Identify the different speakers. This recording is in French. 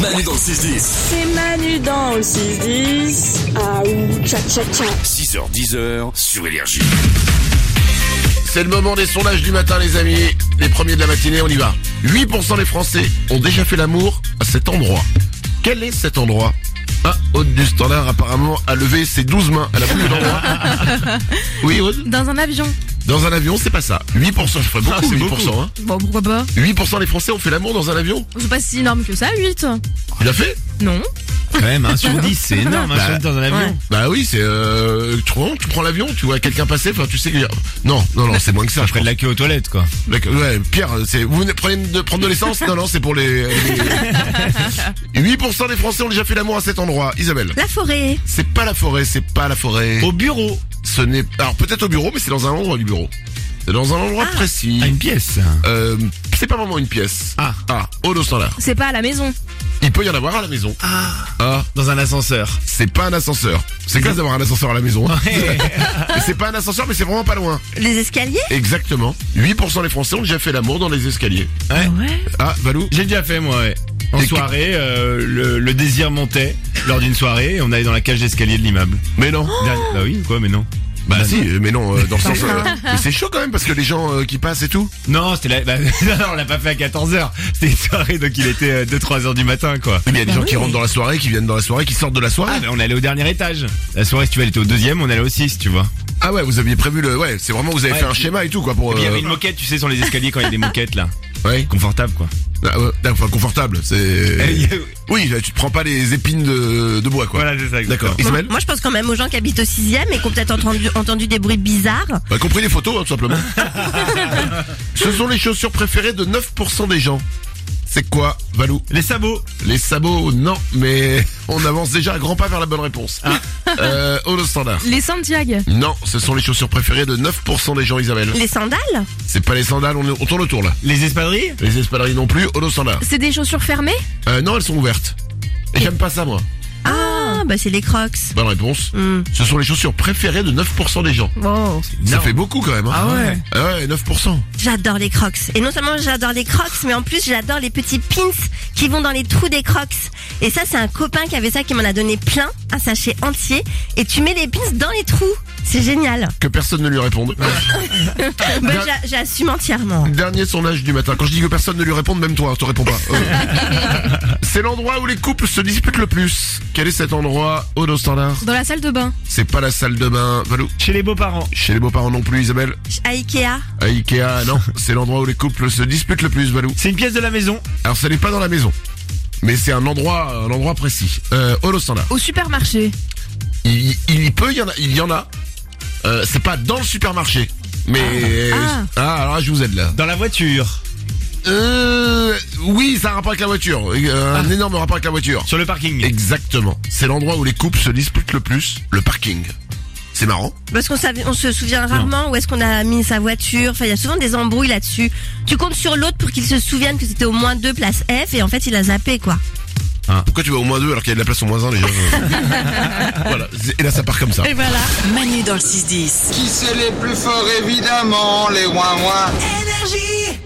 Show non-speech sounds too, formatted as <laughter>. Speaker 1: Manu dans le 6-10.
Speaker 2: C'est Manu dans le 6-10. Ah ou tcha tcha tcha.
Speaker 1: 6h10 sur Énergie.
Speaker 3: C'est le moment des sondages du matin, les amis. Les premiers de la matinée, on y va. 8% des Français ont déjà fait l'amour à cet endroit. Quel est cet endroit Ah, Aude du Standard, apparemment, a levé ses 12 mains. Elle a pris
Speaker 4: <laughs>
Speaker 3: l'endroit. oui, Aude
Speaker 5: Dans un avion.
Speaker 3: Dans un avion, c'est pas ça. 8%, je ferais beaucoup,
Speaker 4: Ah, c'est
Speaker 3: 8%.
Speaker 4: beaucoup.
Speaker 3: Hein.
Speaker 5: Bon, pourquoi pas
Speaker 3: 8% des Français ont fait l'amour dans un avion
Speaker 5: C'est pas si énorme que ça, 8
Speaker 3: Tu l'as fait
Speaker 5: Non.
Speaker 4: Quand même, <laughs> 1 sur 10, Ah, c'est énorme, hein, un
Speaker 3: Bah,
Speaker 4: sur 10 dans un avion.
Speaker 5: ouais.
Speaker 3: Bah oui, c'est... Euh, tu, prends, tu prends l'avion, tu vois quelqu'un passer, enfin tu sais que... Non, non, non, c'est moins que ça, je crois.
Speaker 4: Près de la queue aux toilettes, quoi.
Speaker 3: D'accord, ouais, Pierre, c'est, vous venez- prenez de prendre de l'essence Non, non, c'est pour les... les- 8% des Français ont déjà fait l'amour à cet endroit. Isabelle
Speaker 5: La forêt.
Speaker 3: C'est pas la forêt, c'est pas la forêt.
Speaker 4: Au bureau,
Speaker 3: Ce n'est... Alors peut-être au bureau, mais c'est dans un endroit du bureau. C'est dans un endroit précis.
Speaker 4: à Ah, une pièce.
Speaker 3: Euh, c'est pas vraiment une pièce.
Speaker 4: Ah.
Speaker 3: Ah, au standard.
Speaker 5: C'est pas à la maison.
Speaker 3: Il peut y en avoir à la maison. Ah.
Speaker 4: Dans un ascenseur.
Speaker 3: c'est pas un ascenseur. C'est classe d'avoir un ascenseur à la maison. hein. <laughs> Mais c'est pas un ascenseur, mais c'est vraiment pas loin.
Speaker 5: Les escaliers
Speaker 3: Exactement. 8% des Français ont déjà fait l'amour dans les escaliers.
Speaker 5: Ouais.
Speaker 3: Ah, Valou
Speaker 4: J'ai déjà fait, moi, ouais. En
Speaker 3: Et
Speaker 4: soirée, euh, le, le désir montait lors d'une soirée et on allait dans la cage d'escalier de l'immeuble.
Speaker 3: Mais non.
Speaker 4: Dernier- Bah oui, quoi, mais non.
Speaker 3: Bah
Speaker 4: Bah
Speaker 3: si, euh, mais non, euh, dans le sens...
Speaker 5: Bah
Speaker 3: euh,
Speaker 5: non.
Speaker 3: mais c'est chaud quand même, parce que les gens euh, qui passent et tout...
Speaker 4: Non, c'était la... bah, <laughs> non, on l'a pas fait à 14h. C'était une soirée, donc il était 2-3 heures du matin, quoi.
Speaker 3: Il y a des gens qui rentrent dans la soirée, qui viennent dans la soirée, qui sortent de la soirée.
Speaker 4: bah Ah, bah, on allait au dernier étage. La soirée, si tu veux, elle était au deuxième, on allait au 6, tu vois.
Speaker 3: Ah ouais, vous aviez prévu le... Ouais, c'est vraiment, vous avez
Speaker 4: Ouais,
Speaker 3: fait un
Speaker 4: puis-
Speaker 3: schéma et tout, quoi, pour...
Speaker 4: Et puis, il y
Speaker 3: euh,
Speaker 4: avait une moquette, tu sais, sur les escaliers quand il y a des moquettes, là.
Speaker 3: ouais.
Speaker 4: Confortable, <laughs> quoi.
Speaker 3: Ah, ouais, Enfin, confortable, c'est...
Speaker 4: Et-
Speaker 3: Oui, là, tu te prends pas les épines de, de bois, quoi.
Speaker 4: Voilà, c'est ça.
Speaker 3: D'accord. Ismaël
Speaker 6: Moi, je pense quand même aux gens qui habitent au sixième et qui ont peut-être entendu, entendu des bruits bizarres.
Speaker 3: Bah, compris les photos, hein, tout
Speaker 4: <laughs>
Speaker 3: simplement. Ce sont les chaussures préférées de 9% des gens. C'est quoi, Valou
Speaker 4: Les sabots.
Speaker 3: Les sabots, non, mais <laughs> on avance déjà à grands pas vers la bonne réponse.
Speaker 4: Ah.
Speaker 3: Euh, Holo standard.
Speaker 5: Les Santiago.
Speaker 3: Non, ce sont les chaussures préférées de 9% des gens, Isabelle.
Speaker 6: Les sandales
Speaker 3: C'est pas les sandales, on, est- on tourne autour là.
Speaker 4: Les espadrilles
Speaker 3: Les espadrilles non plus, Holo standard.
Speaker 5: C'est des chaussures fermées
Speaker 3: Euh, non, elles sont ouvertes. Et J'aime pas ça, moi.
Speaker 6: Ah, bah c'est les crocs.
Speaker 3: Bonne réponse.
Speaker 6: Hmm.
Speaker 3: Ce sont les chaussures préférées de 9% des gens.
Speaker 5: Wow.
Speaker 3: Ça
Speaker 4: Non.
Speaker 3: fait beaucoup quand même. hein.
Speaker 4: Ah ouais.
Speaker 3: Ah ouais, 9%.
Speaker 6: J'adore les crocs. Et non seulement j'adore les crocs, mais en plus j'adore les petits pins qui vont dans les trous des crocs. Et ça, c'est un copain qui avait ça, qui m'en a donné plein, un sachet entier. Et tu mets les pins dans les trous. C'est génial.
Speaker 3: Que personne ne lui réponde.
Speaker 6: Bah, j'a- J'assume entièrement.
Speaker 3: Dernier sondage du matin. Quand je dis que personne ne lui réponde, même toi, hein, je te
Speaker 4: <laughs>
Speaker 3: réponds pas. Euh. C'est l'endroit où les couples se disputent le plus. Quel est cet endroit, Odo Standard
Speaker 5: Dans la salle de bain.
Speaker 3: C'est pas la salle de bain, Valou.
Speaker 4: Chez les beaux-parents.
Speaker 3: Chez les beaux-parents non plus, Isabelle.
Speaker 6: À Ikea.
Speaker 3: À Euh, Ikea, non. <laughs> C'est l'endroit où les couples se disputent le plus, Valou.
Speaker 4: C'est une pièce de la maison.
Speaker 3: Alors, ça n'est pas dans la maison. Mais c'est un endroit, un endroit précis. Euh, Odo Standard.
Speaker 5: Au supermarché.
Speaker 3: Il, il y peut, il y en a. Il y en a. Euh, c'est pas dans le supermarché. Mais
Speaker 5: Ah.
Speaker 3: ah alors là, je vous aide là.
Speaker 4: Dans la voiture.
Speaker 3: Euh, oui, ça a un rapport avec la voiture. Euh, Un énorme rapport avec la voiture.
Speaker 4: Sur le parking.
Speaker 3: Exactement. C'est l'endroit où les couples se disputent le plus, le parking. C'est marrant.
Speaker 6: Parce qu'on savait- on se souvient rarement où est-ce qu'on a mis sa voiture. Enfin, il y a souvent des embrouilles là-dessus. Tu comptes sur l'autre pour qu'il se souvienne que c'était au moins deux places F et en fait il a zappé quoi.
Speaker 3: Pourquoi tu vas au moins deux alors qu'il y a de la place au moins un déjà Voilà. Et là ça part comme ça.
Speaker 2: Manu dans le 6-10.
Speaker 7: qui c'est les plus forts évidemment, les ouin-ouin.
Speaker 2: Énergie